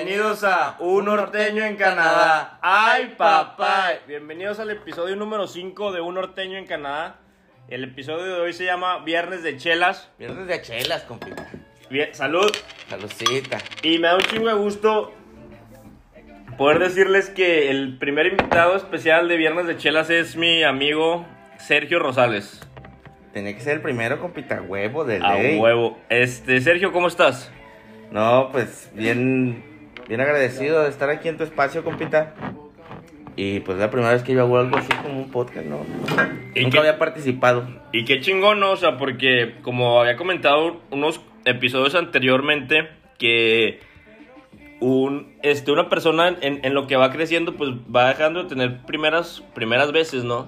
Bienvenidos a Un Norteño en Canadá. ¡Ay, papá! Bienvenidos al episodio número 5 de Un Norteño en Canadá. El episodio de hoy se llama Viernes de Chelas. Viernes de chelas, compita. Bien, salud. Saludcita. Y me da un chingo de gusto poder decirles que el primer invitado especial de Viernes de Chelas es mi amigo Sergio Rosales. Tenía que ser el primero, compita, huevo de A ley. huevo. Este, Sergio, ¿cómo estás? No, pues bien, bien agradecido de estar aquí en tu espacio, compita. Y pues la primera vez que yo hago algo así como un podcast, ¿no? ¿Y Nunca qué- había participado. Y qué chingón, ¿no? O sea, porque como había comentado unos episodios anteriormente, que un, este, una persona en, en lo que va creciendo, pues va dejando de tener primeras, primeras veces, ¿no?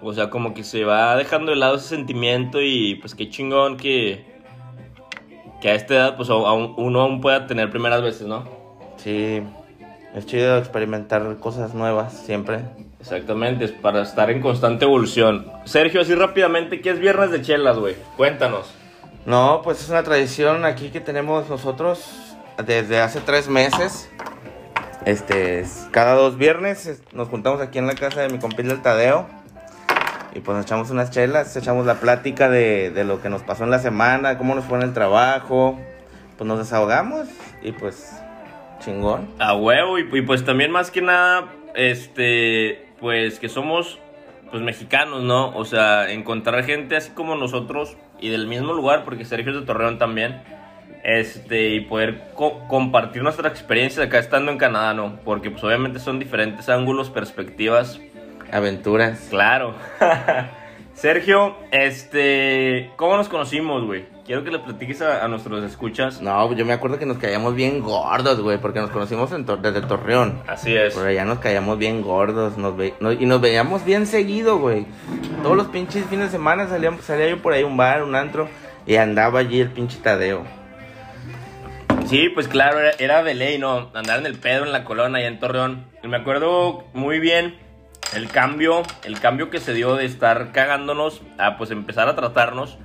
O sea, como que se va dejando de lado ese sentimiento y pues qué chingón que, que a esta edad, pues aún- uno aún pueda tener primeras veces, ¿no? Sí, es chido experimentar cosas nuevas siempre. Exactamente, es para estar en constante evolución. Sergio, así rápidamente, ¿qué es Viernes de Chelas, güey? Cuéntanos. No, pues es una tradición aquí que tenemos nosotros desde hace tres meses. Este, es- cada dos viernes es- nos juntamos aquí en la casa de mi compil del Tadeo y pues nos echamos unas chelas, echamos la plática de, de lo que nos pasó en la semana, cómo nos fue en el trabajo, pues nos desahogamos y pues chingón. A huevo, y, y pues también más que nada, este, pues que somos, pues mexicanos, ¿no? O sea, encontrar gente así como nosotros y del mismo lugar, porque Sergio es de Torreón también, este, y poder co- compartir nuestras experiencias acá estando en Canadá, ¿no? Porque pues obviamente son diferentes ángulos, perspectivas, Aventuras. claro. Sergio, este, ¿cómo nos conocimos, güey? Quiero que le platiques a, a nuestros escuchas. No, yo me acuerdo que nos caíamos bien gordos, güey, porque nos conocimos en Tor- desde Torreón. Así es. Por allá nos caíamos bien gordos nos ve- no- y nos veíamos bien seguido, güey. Todos los pinches fines de semana salíamos, salía yo por ahí a un bar, un antro y andaba allí el pinche Tadeo. Sí, pues claro, era, era de ley, ¿no? Andar en el pedo en la colona y en Torreón. Y me acuerdo muy bien el cambio, el cambio que se dio de estar cagándonos a pues empezar a tratarnos.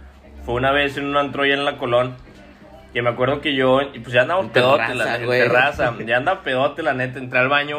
Fue una vez en un antro allá en la colón. Que me acuerdo que yo, y pues ya andaba En pedote, terraza, la en güey. terraza, ya andaba pedote, la neta, entré al baño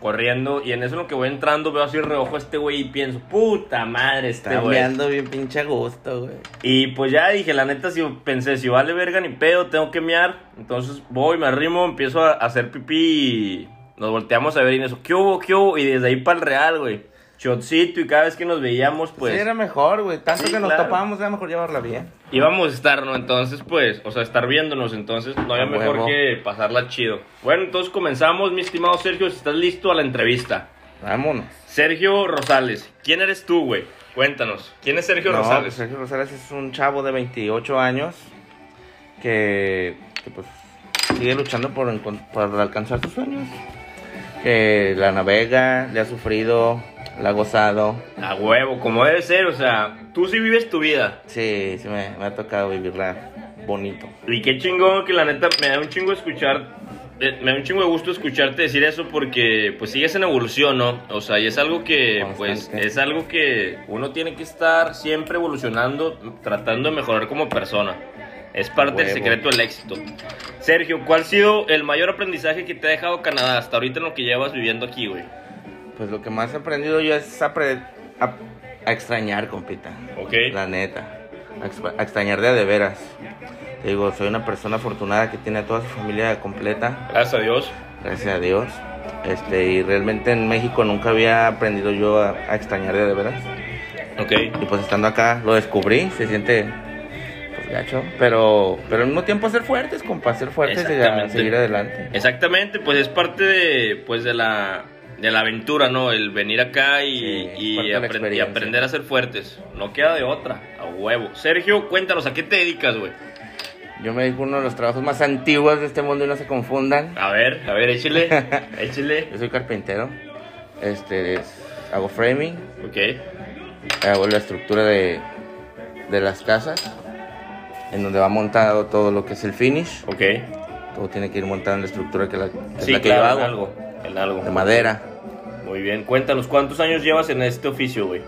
corriendo y en eso en lo que voy entrando veo así reojo a este güey y pienso, puta madre, este Estaba güey. meando bien pinche a gusto, güey. Y pues ya dije, la neta, si pensé, si vale verga ni pedo, tengo que mear. Entonces voy, me arrimo, empiezo a hacer pipí y nos volteamos a ver y en eso, ¿qué hubo, qué hubo? Y desde ahí para el real, güey. Shotcito y cada vez que nos veíamos, pues sí, era mejor, güey. Tanto sí, que nos claro. topábamos, era mejor llevarla bien. íbamos a estar, ¿no? Entonces, pues, o sea, estar viéndonos, entonces no había A mejor huevo. que pasarla chido. Bueno, entonces comenzamos, mi estimado Sergio, si estás listo a la entrevista. Vámonos. Sergio Rosales, ¿quién eres tú, güey? Cuéntanos, ¿quién es Sergio No, pues Rosales? Sergio Rosales es un chavo de 28 años que, que, pues sigue luchando por, encon- por alcanzar sus sueños. Que la navega, le ha sufrido, la ha gozado. A huevo, como debe ser, o sea, tú sí vives tu vida. Sí, sí me, me ha tocado vivirla bonito. Y qué chingón que la neta me da un chingo escuchar, eh, me da un chingo de gusto escucharte decir eso porque pues sigues en evolución, ¿no? O sea, y es algo que pues Constante. es algo que uno tiene que estar siempre evolucionando, tratando de mejorar como persona. Es parte del Huevo. secreto del éxito. Sergio, ¿cuál ha sido el mayor aprendizaje que te ha dejado Canadá hasta ahorita en lo que llevas viviendo aquí, güey? Pues lo que más he aprendido yo es apre- a, a extrañar, compita. Ok. La neta. A, expa- a extrañar de a de veras. Te digo, soy una persona afortunada que tiene a toda su familia completa, Gracias a Dios. gracias a Dios. Este, y realmente en México nunca había aprendido yo a, a extrañar de a de veras. Ok. Y pues estando acá lo descubrí, se siente pues gacho, pero pero al mismo tiempo ser fuertes, compa, ser fuertes y a Exactamente. seguir adelante. Exactamente, pues es parte de, pues de la, de la aventura, ¿no? El venir acá y, Sí, y parte de la apren- y experiencia. aprender a ser fuertes. No queda de otra, a huevo. Sergio, cuéntanos, ¿a qué te dedicas, güey? Yo me dedico a uno de los trabajos más antiguos de este mundo y no se confundan. A ver, a ver, échale, échale. Yo soy carpintero. Este, es- hago framing, Ok, hago la estructura de, de las casas, en donde va montado todo lo que es el finish. ok. Todo tiene que ir montado en la estructura que, la, que es Sí, la que claro, yo en hago, algo, en algo. de madera. Muy bien, cuéntanos, ¿cuántos años llevas en este oficio, güey?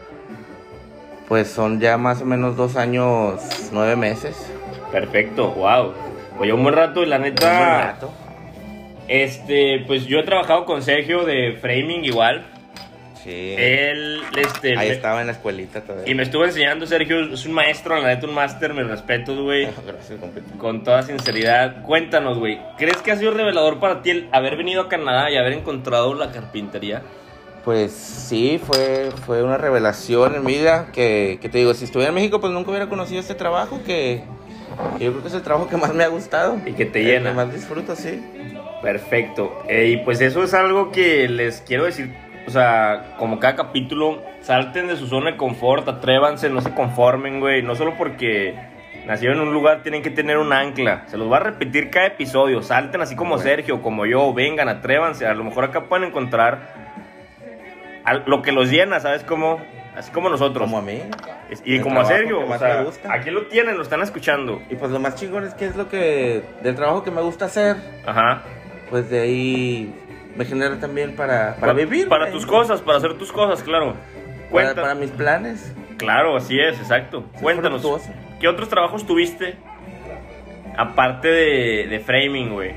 Pues son ya más o menos dos años, nueve meses. Perfecto, wow. Oye, un buen rato y la Un buen neta... rato. Este, pues yo he trabajado con Sergio de framing igual. Sí. Él, este. Ahí me- estaba en la escuelita todavía. Y me estuvo enseñando Sergio, es un maestro, la neta, un máster, mis respetos, güey. Gracias, compito. Con toda sinceridad, cuéntanos, güey. ¿Crees que ha sido revelador para ti el haber venido a Canadá y haber encontrado la carpintería? Pues sí, fue, fue una revelación en mi vida que, que te digo, si estuviera en México pues nunca hubiera conocido este trabajo que que yo creo que es el trabajo que más me ha gustado. Y que te El llena. Que más disfruto, sí. Perfecto. Eh, y pues eso es algo que les quiero decir. O sea, como cada capítulo, salten de su zona de confort, atrévanse, no se conformen, güey. No solo porque nacieron en un lugar, tienen que tener un ancla. Se los va a repetir cada episodio. Salten así como Bueno. Sergio, como yo. Vengan, atrévanse. A lo mejor acá pueden encontrar al- lo que los llena, ¿sabes cómo? Así como nosotros. Como a mí. Es- y El como a trabajo Sergio. que O más sea, me gusta. aquí lo tienen, lo están escuchando. Y pues lo más chingón es que es lo que, del trabajo que me gusta hacer, Ajá. pues de ahí me genera también para, para vivir. Para güey. tus cosas, para hacer tus cosas, claro. Para, Cuenta- para mis planes. Claro, así es, exacto. Ser Cuéntanos, fructuoso. ¿qué otros trabajos tuviste? Aparte de, de framing, güey.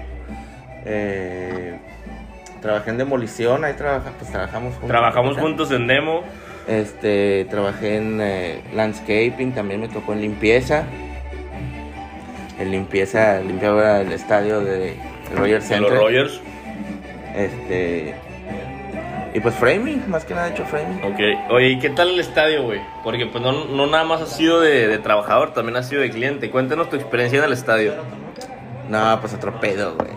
Eh, trabajé en demolición, ahí trabaja, pues trabajamos juntos. Trabajamos Acá. juntos en demo. Este, trabajé en eh, landscaping, también me tocó en limpieza. En limpieza, limpiaba el estadio de el Roger En los Center. Rogers. Este. Y pues framing, más que nada he hecho framing. Ok. Oye, ¿y qué tal el estadio, güey? Porque pues no, no nada más has sido de, de trabajador, también has sido de cliente. Cuéntanos tu experiencia en el estadio. No, pues otro pedo, güey.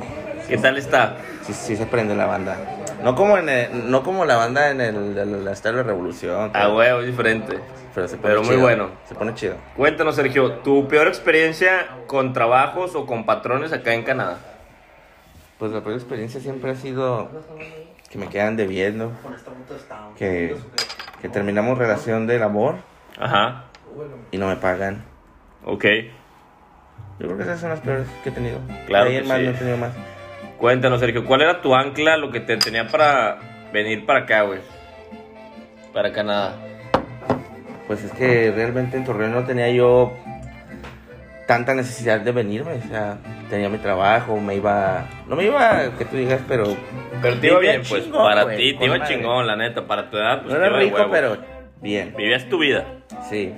¿Qué tal está? Sí, sí se prende la banda. No como en el- no como la banda en el, el- el estadio de Revolución. Ah, pero- güey, es diferente. Pero se pone Pero muy chido, bueno. Se pone chido. Cuéntanos, Sergio, tu peor experiencia con trabajos o con patrones acá en Canadá. Pues la peor experiencia siempre ha sido que me quedan debiendo. Que, que terminamos relación del amor Ajá. y no me pagan. Ok. Yo creo que esas son las peores que he tenido. Claro De ahí que en más sí. no he tenido más. Cuéntanos, Sergio, ¿cuál era tu ancla, lo que te tenía para venir para acá, güey? Para Canadá. Pues es que realmente en Torreón no tenía yo tanta necesidad de venirme. O sea, tenía mi trabajo, me iba. No me iba, que tú digas, pero. Pero te iba Vivía bien, pues, chingón, para güey, ti, te con iba madre. chingón, la neta, para tu edad, pues, no te era iba de rico, huevo. pero bien. Vivías tu vida, Sí.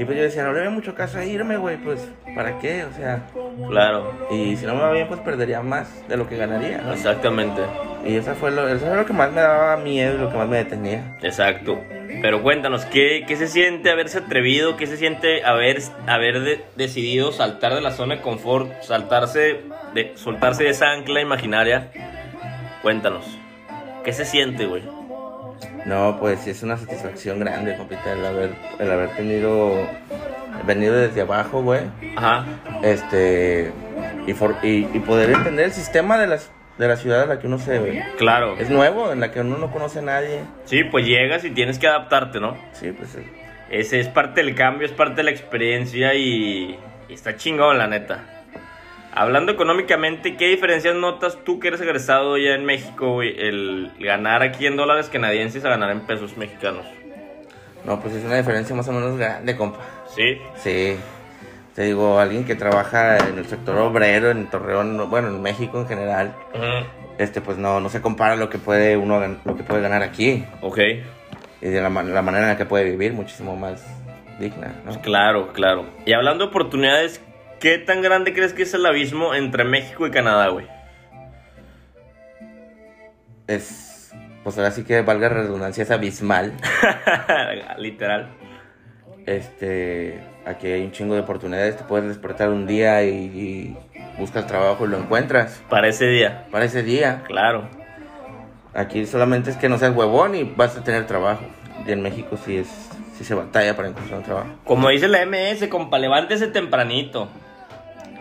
Y pues yo decía, no le veo mucho caso a irme, güey, pues, ¿para qué? O sea, claro, Y si no me va bien, pues perdería más de lo que ganaría. ¿no? exactamente, Y eso fue, lo, eso fue lo que más me daba miedo y lo que más me detenía. exacto. Pero cuéntanos, ¿qué, qué se siente haberse atrevido? ¿Qué se siente haber, haber de- decidido saltar de la zona de confort, saltarse, de, soltarse de esa ancla imaginaria? Cuéntanos, ¿qué se siente, güey? No, pues sí, es una satisfacción grande, compita, el haber, el haber tenido, venido desde abajo, güey. Ajá, Este, y, for- y, y poder entender el sistema de, las, de la ciudad a la que uno se ve. claro. Es nuevo, en la que uno no conoce a nadie. Sí, pues llegas y tienes que adaptarte, ¿no? Sí, pues sí. Ese es parte del cambio, es parte de la experiencia y, y está chingón, la neta. Hablando económicamente, ¿qué diferencias notas tú que eres egresado ya en México, güey, el ganar aquí en dólares canadienses a ganar en pesos mexicanos? No, pues es una diferencia más o menos grande, compa. Sí, Sí. Te digo, alguien que trabaja en el sector obrero, en Torreón, bueno, en México en general, este pues no, no se compara lo que puede uno gan- lo que puede ganar aquí ok, y de la, man- la manera en la que puede vivir muchísimo más digna ¿no? Pues claro, claro. Y hablando de oportunidades, ¿qué tan grande crees que es el abismo entre México y Canadá, güey? es pues ahora sí que valga la redundancia es abismal Literal. este aquí hay un chingo de oportunidades te puedes despertar un día y, y buscas trabajo y lo encuentras Para ese día, para ese día claro. aquí solamente es que no seas huevón y vas a tener trabajo y en México sí es sí se batalla para encontrar un trabajo Como dice la MS, compa, levántese tempranito.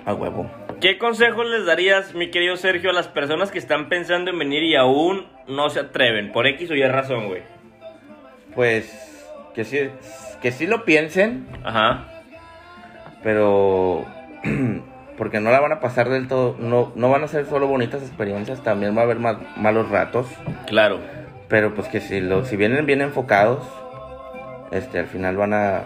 a huevo ¿Qué consejos les darías, mi querido Sergio, a las personas que están pensando en venir y aún no se atreven? Por X o Y razón, güey. pues que sí que sí lo piensen Ajá. pero porque no la van a pasar del todo, no, no van a ser solo bonitas experiencias, también va a haber ma- malos ratos, Claro. pero pues que si, lo, si vienen bien enfocados, este, al final van a,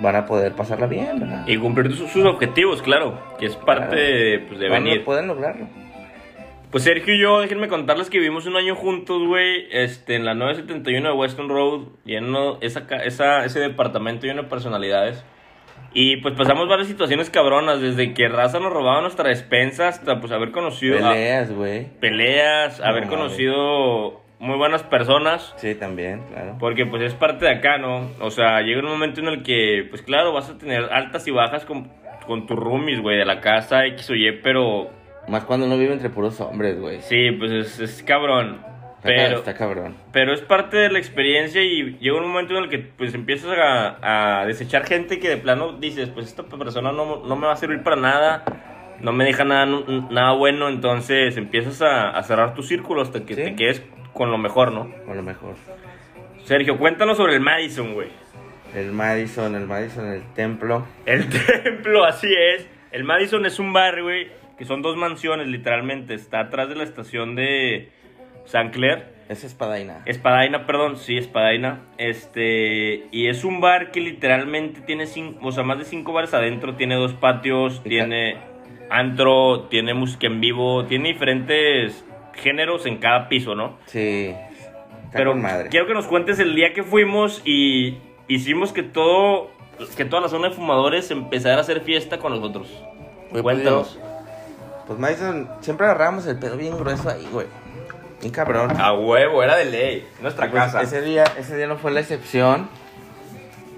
van a poder pasarla bien, ¿verdad? Y cumplir sus, sus objetivos, claro. Que es parte Claro. de, pues, de Van- venir. Pueden lograrlo. Pues Sergio y yo, déjenme contarles que vivimos un año juntos, güey, este, en la 971 de Weston Road, lleno, esa, ca- esa, ese departamento lleno de personalidades. Y pues pasamos varias situaciones cabronas, desde que Raza nos robaba nuestra despensa hasta pues haber conocido a- Peleas, güey. peleas, No haber mames. conocido muy buenas personas. Sí, también, claro. Porque pues es parte de acá, ¿no? O sea, llega un momento en el que, pues claro, vas a tener altas y bajas con, con tus roomies, güey, de la casa X o Y, pero Más cuando uno vive entre puros hombres, güey. Está sí, pues es, es cabrón. ca- Pero, Está cabrón. pero es parte de la experiencia y llega un momento en el que pues empiezas a, a desechar gente que de plano dices, pues esta persona no, no me va a servir para nada, no me deja nada, nada bueno, entonces empiezas a, a cerrar tu círculo hasta que Sí. te quedes con lo mejor, ¿no? A lo mejor. Sergio, cuéntanos sobre el Madison, güey. El Madison, el Madison, el templo. El templo, así es. El Madison es un bar, güey, que son dos mansiones, literalmente. Está atrás de la estación de San Clair. Es espadaina. Espadaina, perdón, sí, Espadaina. Este, y es un bar que literalmente tiene cinco, o sea, más de cinco bares adentro, tiene dos patios, ca- tiene antro, tiene música en vivo, tiene diferentes géneros en cada piso, ¿no? Sí. Está Pero con madre. quiero que nos cuentes el día que fuimos y hicimos que todo que toda la zona de fumadores empezara a hacer fiesta con nosotros. Güey, Cuéntanos. Pues Madison, siempre agarramos el pedo bien grueso ahí, güey. Bien cabrón. A huevo, era de ley. Nuestra Pues, Ah, casa. Ese día, ese día no fue la excepción.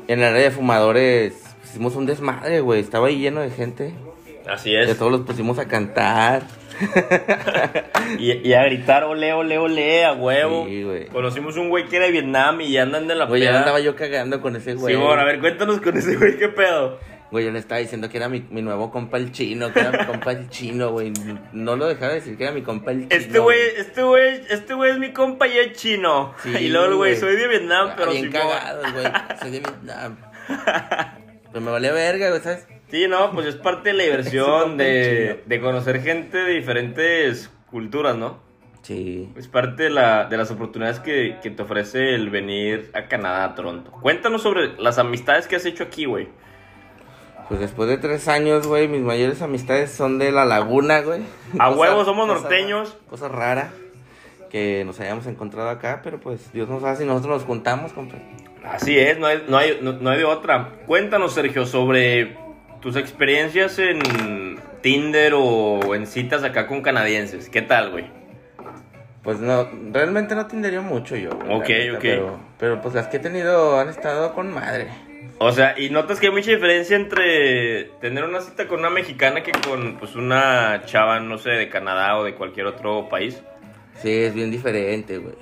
En el área de fumadores pues, hicimos un desmadre, güey. Estaba ahí lleno de gente. Así Ya es. todos los pusimos a cantar. Y, y a gritar ole, ole, ole, a huevo. Sí, güey. Conocimos un güey que era de Vietnam y ya andan de la Güey, ya peda. andaba yo cagando con ese güey. Sí, bueno, a ver, cuéntanos con ese güey qué pedo. Güey, yo le estaba diciendo que era mi, mi nuevo compa el chino, que era mi compa el chino, güey. No lo dejaba de decir que era mi compa el chino. Este güey, este güey, este güey es mi compa y es chino. Sí, y luego el güey, soy de Vietnam, Ah, pero bien sí. cagados, güey. Soy de Vietnam. Pero me valía verga, güey, ¿sabes? Sí, no, pues es parte de la Es un diversión compa de, chino. de conocer gente de diferentes culturas, ¿no? Sí. Es parte de, la, de las oportunidades que, que te ofrece el venir a Canadá, a Toronto. Cuéntanos sobre las amistades que has hecho aquí, güey. Pues después de tres años, güey, mis mayores amistades son de la laguna, güey. A Cosa- huevo, somos cosa- norteños. Cosa rara que nos hayamos encontrado acá, pero pues Dios nos hace y nosotros nos juntamos, compa. Así es, no hay, no hay, no, no hay de otra. Cuéntanos, Sergio, sobre tus experiencias en Tinder o en citas acá con canadienses. ¿Qué tal, güey? Pues no, realmente no tindería mucho yo, güey. la Ok, neta, ok. Pero, pero pues las que he tenido han estado con madre. O sea, y notas que hay mucha diferencia entre tener una cita con una mexicana que con pues una chava, no sé, de Canadá o de cualquier otro país. Sí, es bien diferente, güey.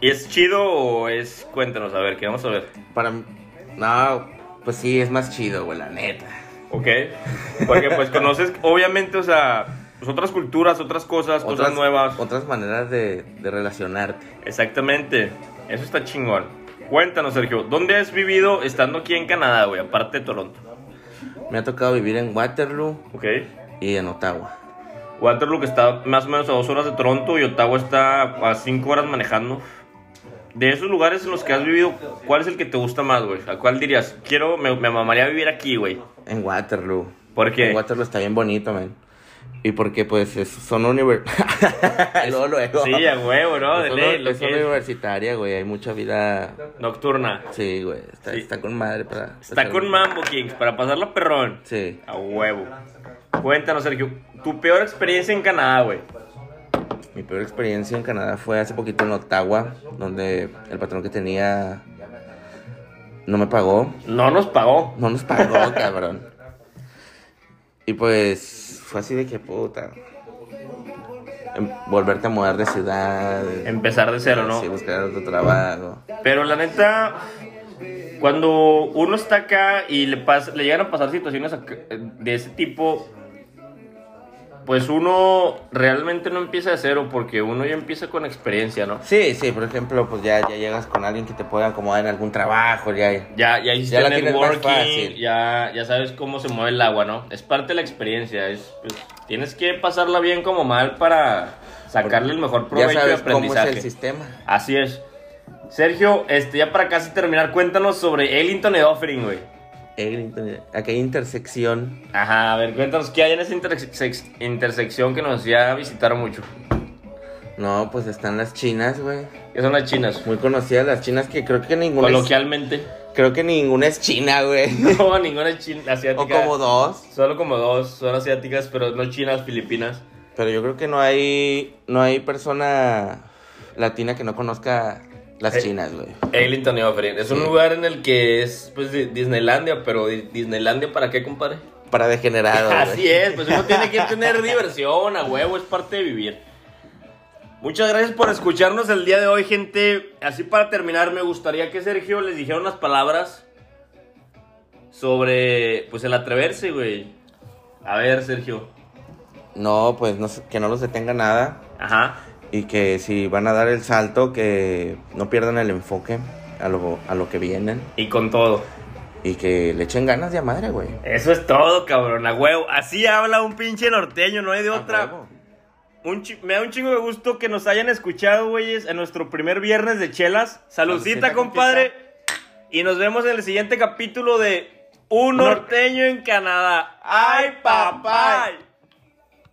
¿Y es chido o es.? Cuéntanos, a ver, que vamos a ver. Para mí, no, pues sí, es más chido, güey, la neta. ¿Ok? Porque pues conoces, obviamente, o sea, pues, otras culturas, otras cosas, cosas nuevas. Otras maneras de, de relacionarte. Exactamente. Eso está chingón. Cuéntanos, Sergio, ¿dónde has vivido estando aquí en Canadá, güey? Aparte de Toronto. Me ha tocado vivir en Waterloo ¿Ok? y en Ottawa. Waterloo que está más o menos a dos horas de Toronto y Ottawa está a cinco horas manejando. De esos lugares en los que has vivido, ¿cuál es el que te gusta más, güey? ¿A cuál dirías? Quiero, me, me mamaría vivir aquí, güey. En Waterloo. ¿Por qué? En Waterloo está bien bonito, man. Y porque, pues, es- son universitarios. luego, luego. Sí, a huevo, ¿no? De Son- ley, lo es que es universitaria, güey. Hay mucha vida. Nocturna. Sí, güey. Está, Sí. está con madre para. Está con Mambo Kings para pasarla perrón. Sí. A huevo. Cuéntanos, Sergio, tu peor experiencia en Canadá, güey. Mi peor experiencia en Canadá fue hace poquito en Ottawa, donde el patrón que tenía no me pagó. No nos pagó. No nos pagó, cabrón. Y pues fue así de que puta. Em- Volverte a mudar de ciudad. Empezar de cero, ¿no? Sí, buscar otro trabajo. Pero la neta, cuando uno está acá y le, pas- le llegan a pasar situaciones acá- de ese tipo, pues uno realmente no empieza de cero porque uno ya empieza con experiencia, ¿no? Sí, sí, por ejemplo, pues ya, ya llegas con alguien que te pueda acomodar en algún trabajo, ya. Ya, ya hiciste Ya la tienes más networking, fácil. ya, ya sabes cómo se mueve el agua, ¿no? Es parte de la experiencia, es, pues, tienes que pasarla bien como mal para sacarle el mejor Ya provecho y sabes cómo es aprendizaje. el sistema. Así es. Sergio, este, ya para casi terminar, cuéntanos sobre Ellington y Offering, güey. Eglinton, Aquella intersección. Ajá, a ver, cuéntanos qué hay en esa intersex- intersección que nos hacía visitar mucho. No, pues están las chinas, güey. Que son las chinas. Muy conocidas las chinas que creo que ninguna es, Coloquialmente. creo que ninguna es china, güey. No, ninguna es china, asiática. o como dos. Solo como dos, son asiáticas, pero no chinas, filipinas. Pero yo creo que no hay no hay persona latina que no conozca las Eh. chinas, güey. Eglinton y Offering. Es un Sí. lugar en el que es pues Di- Disneylandia, pero Di- Disneylandia para qué, compadre? Para degenerados, güey. Así es, pues uno tiene que tener diversión, a huevo, es parte de vivir. Muchas gracias por escucharnos el día de hoy, gente. Así para terminar, me gustaría que Sergio les dijera unas palabras sobre pues el atreverse, güey. A ver, Sergio. No, pues no sé- que no los detenga nada Ajá. y que si van a dar el salto que no pierdan el enfoque a lo, a lo que vienen Y con todo. y que le echen ganas de a madre, güey. Eso es todo, cabrón, a huevo. Así habla un pinche norteño, no hay de A otra. huevo. Un chi- me da un chingo de gusto que nos hayan escuchado, güeyes, en nuestro primer viernes de chelas. Saludcita, Saludcita, compadre. Y nos vemos en el siguiente capítulo de Un norteño en Canadá. ¡Ay, papá!